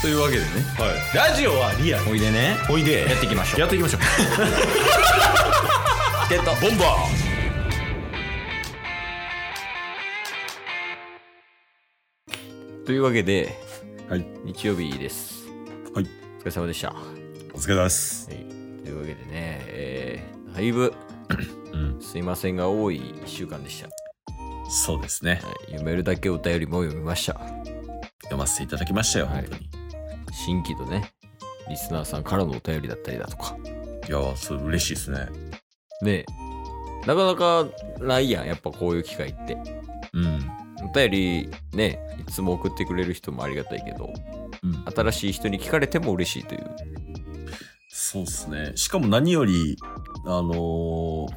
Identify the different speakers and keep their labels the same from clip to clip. Speaker 1: というわけでね
Speaker 2: はい、ラジオはリアル
Speaker 1: おいでね
Speaker 2: おいで
Speaker 1: やっていきましょう
Speaker 2: やっていきましょう
Speaker 1: ゲット
Speaker 2: ボンバ
Speaker 1: というわけで
Speaker 3: はい。
Speaker 1: 日曜日です
Speaker 3: はい
Speaker 1: お疲れ様でした、は
Speaker 3: お疲れ様です。
Speaker 1: い、というわけでねえー、だいぶ
Speaker 3: うん。
Speaker 1: すいませんが多い1週間でした、は
Speaker 3: そうですね。
Speaker 1: い、読めるだけお便りも読みました
Speaker 3: 読ませていただきましたよ、
Speaker 1: はい
Speaker 3: 本当に。
Speaker 1: 新規のねリスナーさんからのお便りだったりだとか
Speaker 3: いやー、それ嬉しいですね。
Speaker 1: ねえなかなかないやんやっぱこういう機会って
Speaker 3: うん。
Speaker 1: お便りねいつも送ってくれる人もありがたいけど
Speaker 3: うん。
Speaker 1: 新しい人に聞かれても嬉しいという
Speaker 3: そうですね。しかも何より、あのー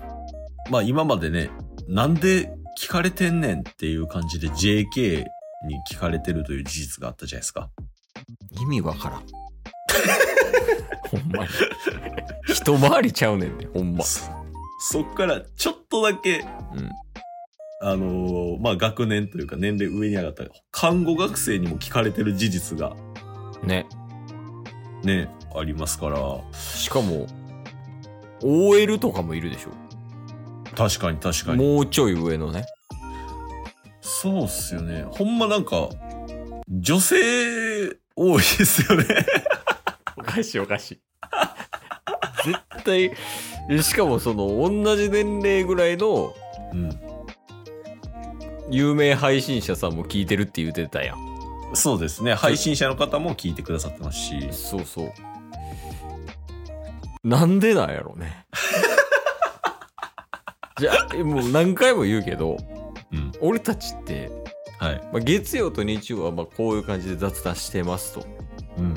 Speaker 3: まあ今までね、なんで聞かれてんねんっていう感じで JK に聞かれてるという事実があったじゃないですか。
Speaker 1: 意味わからん ほんまに一回りちゃうねんねほんま
Speaker 3: そそっからちょっとだけ、
Speaker 1: うん
Speaker 3: あのーまあ学年というか年齢上に上がった看護学生にも聞かれてる事実が
Speaker 1: ね
Speaker 3: ね、ありますから、
Speaker 1: しかも OL とかもいるでしょ
Speaker 3: 確かに確かに。
Speaker 1: もうちょい上のね
Speaker 3: そうっすよね。ほんまなんか、女性多いですよね。
Speaker 1: おかしいおかしい絶対しかもその同じ年齢ぐらいの
Speaker 3: うん。
Speaker 1: 有名配信者さんも聞いてるって言ってたやん
Speaker 3: そうですね。配信者の方も聞いてくださってますし。
Speaker 1: そうそうなんでなんやろうね じゃあもう何回も言うけど
Speaker 3: うん。
Speaker 1: 俺たちって、
Speaker 3: はい。
Speaker 1: まあ、月曜と日曜はまあこういう感じで雑談してますと
Speaker 3: うん。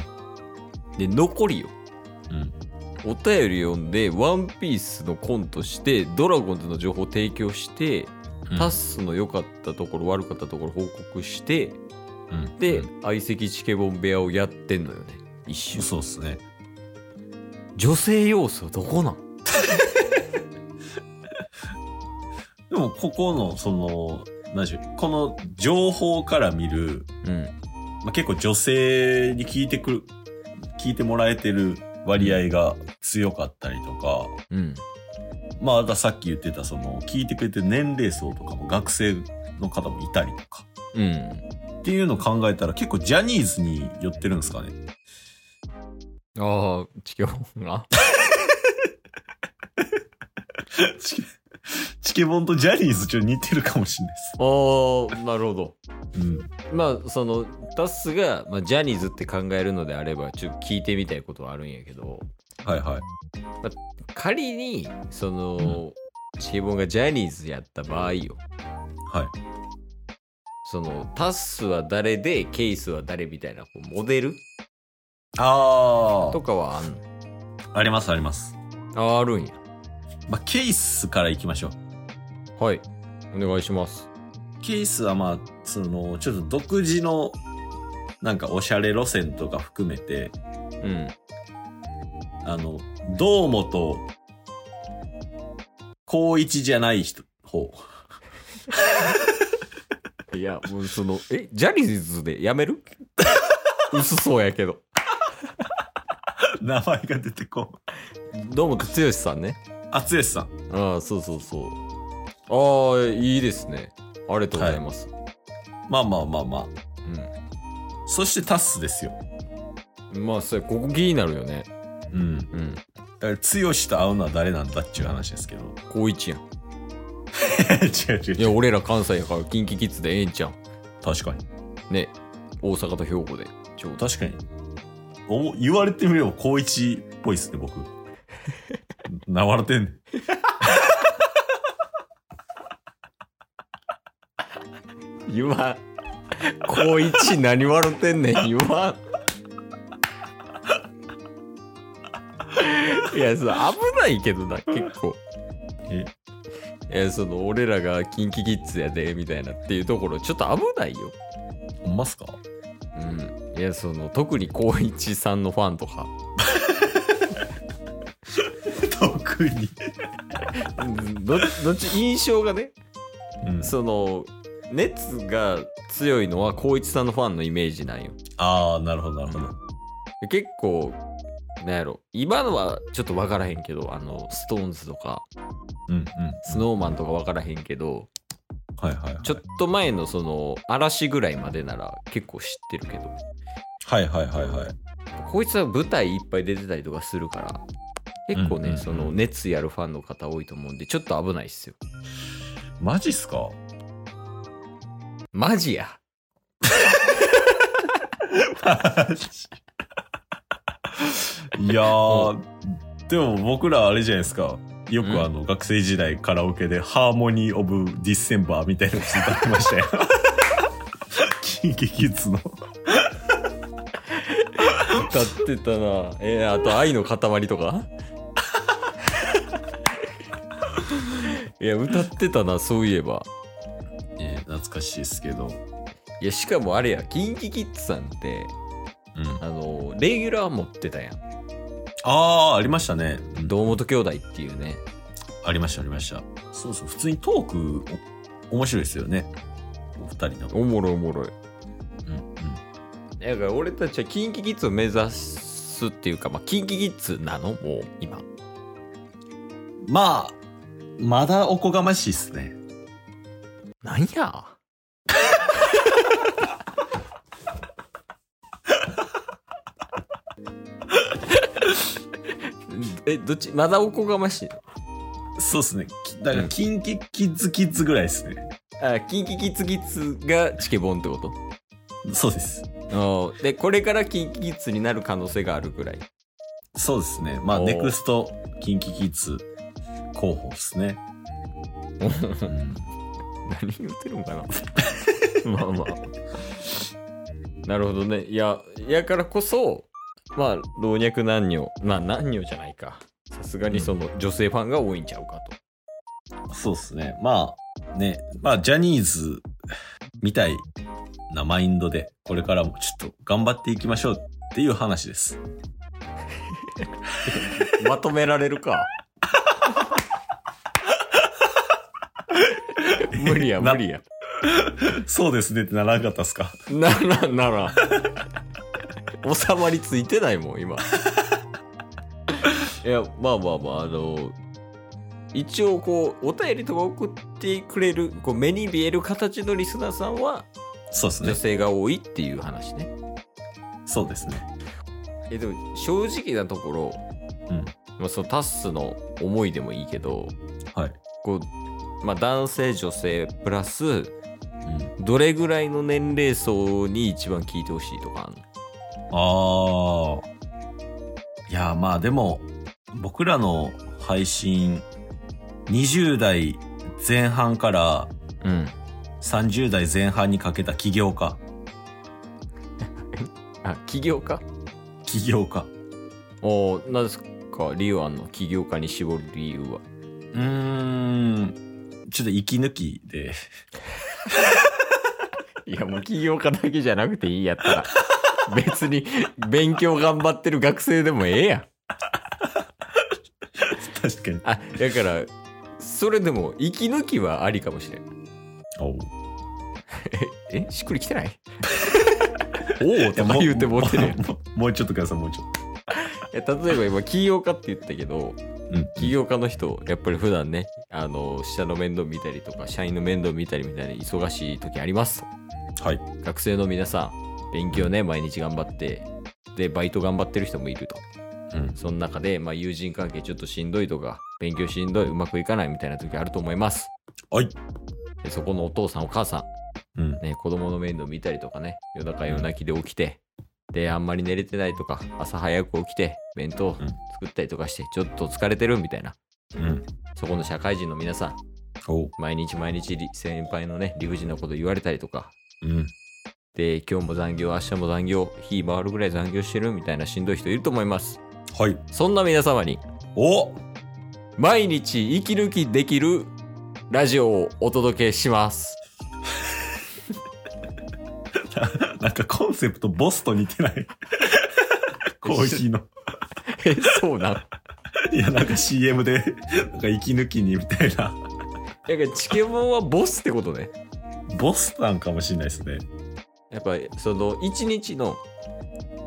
Speaker 1: で残りよ
Speaker 3: うん。
Speaker 1: お便り読んで「ワンピースのコントして「ドラゴンズの情報提供してタッスの良かったところ悪かったところ報告して
Speaker 3: うん
Speaker 1: で
Speaker 3: うん
Speaker 1: 相席チケボン部屋をやってんのよね一瞬
Speaker 3: そうっすね。
Speaker 1: 女性要素どこなん
Speaker 3: でも、ここの、その、何でしょう。この情報から見る、
Speaker 1: うん
Speaker 3: まあ、結構女性に聞いてくる、聞いてもらえてる割合が強かったりとか、
Speaker 1: うん
Speaker 3: まあ、あとはさっき言ってた、その、聞いてくれてる年齢層とかも学生の方もいたりとか。
Speaker 1: うん
Speaker 3: っていうのを考えたら結構ジャニーズに寄ってるんですかね。
Speaker 1: ああチケボンが
Speaker 3: チケ、チケボンとジャニーズちょっと似てるかもしれない
Speaker 1: ああなるほど
Speaker 3: です。うん。
Speaker 1: まあそのタスが、まあ、ジャニーズって考えるのであればちょっと聞いてみたいことはあるんやけど
Speaker 3: はいはい。
Speaker 1: 仮にその、チケボンがジャニーズやった場合よ
Speaker 3: はい。
Speaker 1: そのタスは誰でケイスは誰みたいなこうモデル
Speaker 3: あ
Speaker 1: とかはあんの
Speaker 3: あ。ありますあります。
Speaker 1: ああるんや
Speaker 3: まあ、ケースから行きましょう。
Speaker 1: はいお願いします
Speaker 3: ケースはまあ、その、ちょっと独自の、なんかおしゃれ路線とか含めて、
Speaker 1: うん
Speaker 3: あの、どうもと、高一じゃない人、方。
Speaker 1: いやもうそのえジャニーズでやめる 薄そうやけど
Speaker 3: 名前が出てこう。
Speaker 1: どうも剛さんね
Speaker 3: あつよしさん。
Speaker 1: ああそうそうそうああいいですねありがとうございます、
Speaker 3: まあまあまあまあ。そしてタッスですよ。
Speaker 1: うんまあそれここ気になるよね
Speaker 3: うん。
Speaker 1: うん
Speaker 3: だから、強しと会うのは誰なんだっていう話ですけど。
Speaker 1: 高一やん
Speaker 3: 違う違
Speaker 1: い
Speaker 3: う違う。
Speaker 1: や俺ら関西やから近畿キッズでええんちゃん
Speaker 3: 確かに。
Speaker 1: ね大阪と兵庫でちょうど
Speaker 3: 確かに。おも言われてみれば、高一っぽいっすね、 僕。なわれてんねん。
Speaker 1: 言わん高一何笑ってんねん言わん いやそれ危ないけどな結構
Speaker 3: え
Speaker 1: いやその俺らがキンキキッズやでみたいなっていうところちょっと危ないよ
Speaker 3: ほんますか
Speaker 1: うんいやその特に高一さんのファンとか
Speaker 3: 特に。
Speaker 1: どどっち印象がね
Speaker 3: うん。
Speaker 1: その熱が強いのは光一さんのファンのイメージなんよ
Speaker 3: ああ、なるほど、なるほど。
Speaker 1: で結構なんやろ今のはちょっと分からへんけどあのストーンズとか
Speaker 3: うんうん。
Speaker 1: スノーマンとか分からへんけど
Speaker 3: はいはいはい。
Speaker 1: ちょっと前のその嵐ぐらいまでなら結構知ってるけど
Speaker 3: はいはいはいはい。
Speaker 1: こいつは舞台いっぱい出てたりとかするから結構ね、
Speaker 3: うんうんうん
Speaker 1: その熱やるファンの方多いと思うんでちょっと危ないっすよ
Speaker 3: マジっすか
Speaker 1: マジや
Speaker 3: いやー、でも僕らあれじゃないですか。よくあの、学生時代カラオケでハーモニー・オブ・ディセンバーみたいなの歌ってましたよ。キンキキッズの。
Speaker 1: 歌ってたなえー、あと愛の塊とか いや歌ってたなそういえば
Speaker 3: え懐かしいですけど。
Speaker 1: いやしかもあれや KinKiKids さんって
Speaker 3: うん。
Speaker 1: あのレギュラー持ってたやん
Speaker 3: あー、ありましたね。
Speaker 1: 堂本兄弟っていうね
Speaker 3: ありました、ありました。そうそう、普通にトーク、お面白いですよね。お二人の。
Speaker 1: おもろいおもろい
Speaker 3: うんうん。
Speaker 1: だから俺たちは KinKiKids を目指すっていうか、まあ、KinKiKids なのもう今
Speaker 3: まあ、まだおこがましいっすね。
Speaker 1: なんや えどっちまだおこがましいの
Speaker 3: そうっすね。きだか
Speaker 1: う
Speaker 3: ら、
Speaker 1: ん
Speaker 3: キンキキッズキッズぐらいっすね。
Speaker 1: あキンキキッズキッズがチケボンってこと
Speaker 3: そうです。
Speaker 1: あーでこれからキンキキッズになる可能性があるぐらい
Speaker 3: そうですね。まあ、
Speaker 1: おー
Speaker 3: ネクスト、キンキキッズ候補っす ね。うん
Speaker 1: 何言ってるんかなまあまあなるほどねいややからこそまあ老若男女まあ男女じゃないかさすがにその女性ファンが多いんちゃうかと、
Speaker 3: そうですね。まあ、ね、まあ、ジャニーズみたいなマインドで、これからもちょっと頑張っていきましょうっていう話です。
Speaker 1: まとめられるか 無理や無理や
Speaker 3: そうですねってならなかったっすか
Speaker 1: ならんならん 収まりついてないもん今いやまあまあまああの一応こうお便りとか送ってくれるこう目に見える形のリスナーさんは
Speaker 3: そうです
Speaker 1: 女
Speaker 3: ね。
Speaker 1: 性が多いっていう話ね
Speaker 3: そうですね。
Speaker 1: えでも正直なところ、
Speaker 3: うん
Speaker 1: まあ、そのタッスの思いでもいいけど
Speaker 3: はい。
Speaker 1: こう、まあ、男性女性プラス
Speaker 3: うん、
Speaker 1: どれぐらいの年齢層に一番聞いてほしいとかあんの
Speaker 3: ああ。いや、まあでも、僕らの配信、20代前半から
Speaker 1: うん
Speaker 3: 30代前半にかけた起業家。
Speaker 1: あ起業家
Speaker 3: 起業家。
Speaker 1: おお、なんですか、理由あんの起業家に絞る理由は。
Speaker 3: うーん。ちょっと息抜き で。
Speaker 1: いや、もう起業家だけじゃなくていいやったら。 別に、勉強頑張ってる学生でもええやん。
Speaker 3: 確かに。
Speaker 1: あ、だから、それでも、息抜きはありかもしれん。
Speaker 3: おう
Speaker 1: え、えしっくりきてない
Speaker 3: お
Speaker 1: おとか言うても
Speaker 3: も
Speaker 1: うてるやん
Speaker 3: もももうちょっとください、もうちょっ
Speaker 1: いや例えば今、起業家って言ったけど、
Speaker 3: と。うん。
Speaker 1: 起業家の人、やっぱり普段ね、あの、下の面倒見たりとか、社員の面倒見たりみたいに忙しい時あります。
Speaker 3: はい。
Speaker 1: 学生の皆さん、勉強ね、毎日頑張って、で、バイト頑張ってる人もいると。
Speaker 3: うん。
Speaker 1: その中で、まあ、友人関係ちょっとしんどいとか、勉強しんどい、うまくいかないみたいな時あると思います。
Speaker 3: はい。
Speaker 1: でそこのお父さん、お母さ
Speaker 3: うん
Speaker 1: ん、。ね、子供の面倒見たりとかね、夜中夜泣きで起きて、で、あんまり寝れてないとか、朝早く起きて、弁当
Speaker 3: うん
Speaker 1: 作ったりとかして、ちょっと疲れてるみたいな、
Speaker 3: うん。
Speaker 1: そこの社会人の皆さん、
Speaker 3: おう。
Speaker 1: 毎日毎日り先輩のね、理不尽なこと言われたりとか、
Speaker 3: うん。
Speaker 1: で、今日も残業、明日も残業、日回るぐらい残業してるみたいなしんどい人いると思います。
Speaker 3: はい。
Speaker 1: そんな皆様に、
Speaker 3: お
Speaker 1: 毎日息抜きできるラジオをお届けします。
Speaker 3: なんかコンセプトボスと似てない コーヒー の。
Speaker 1: え、そうなん。
Speaker 3: いや、なんか CM で、なんか息抜きにみたい
Speaker 1: だ
Speaker 3: な。
Speaker 1: からチケボンはボスってことね。
Speaker 3: ボスなんかもしれないですね。
Speaker 1: やっぱりその一日の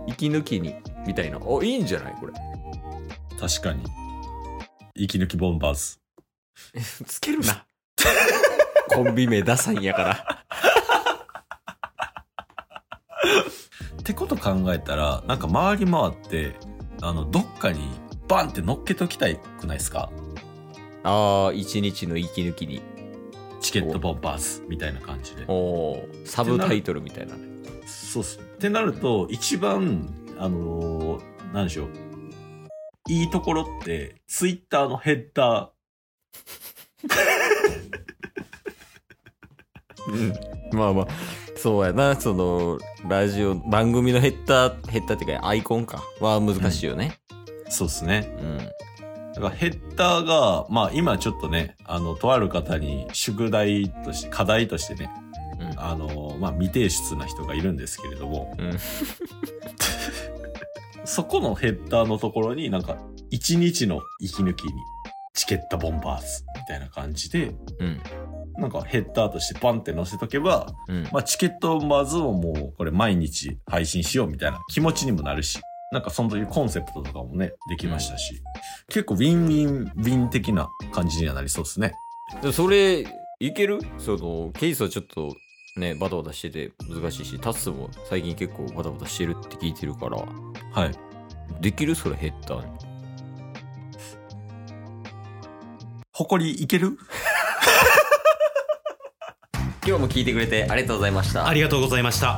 Speaker 1: 息抜きにみたいなおいいんじゃないこれ
Speaker 3: 確かに。息抜きボンバーズ。
Speaker 1: つけるな コンビ名ダサいんやから
Speaker 3: ってこと考えたら、なんか回り回って、あの、どっかにバンって乗っけときたいくないですか
Speaker 1: ああ一日の息抜きに
Speaker 3: チケットボンバーズみたいな感じで。
Speaker 1: おーサブタイトルみたいなね
Speaker 3: そうっす。ってなると、一番、あのーなんでしょう。いいところって、ツイッターのヘッダー。
Speaker 1: うんまあまあそうやなそのラジオ番組のヘッダーヘッダーっていうかアイコンかは難しいよね
Speaker 3: そうですね。
Speaker 1: うん、
Speaker 3: だからヘッダーが、まあ今ちょっとね、あの、とある方に宿題として、課題としてね、
Speaker 1: うん
Speaker 3: あの、まあ未提出な人がいるんですけれども、
Speaker 1: うん
Speaker 3: そこのヘッダーのところになんか、一日の息抜きに、チケットボンバーズみたいな感じで、
Speaker 1: うん
Speaker 3: なんかヘッダーとしてバンって載せとけば、
Speaker 1: うん
Speaker 3: まあチケットボンバーズをもうこれ毎日配信しようみたいな気持ちにもなるし、なんかそのいうコンセプトとかもね、できましたし、結構ウィンウィンウィン的な感じにはなりそうですね。
Speaker 1: でもそれいけるそのケイスはちょっとねバタバタしてて難しいしタッスも最近結構バタバタしてるって聞いてるから
Speaker 3: はい。
Speaker 1: できるそれ減ったーに
Speaker 3: 誇りいける
Speaker 1: 今日も聞いてくれてありがとうございました
Speaker 2: ありがとうございました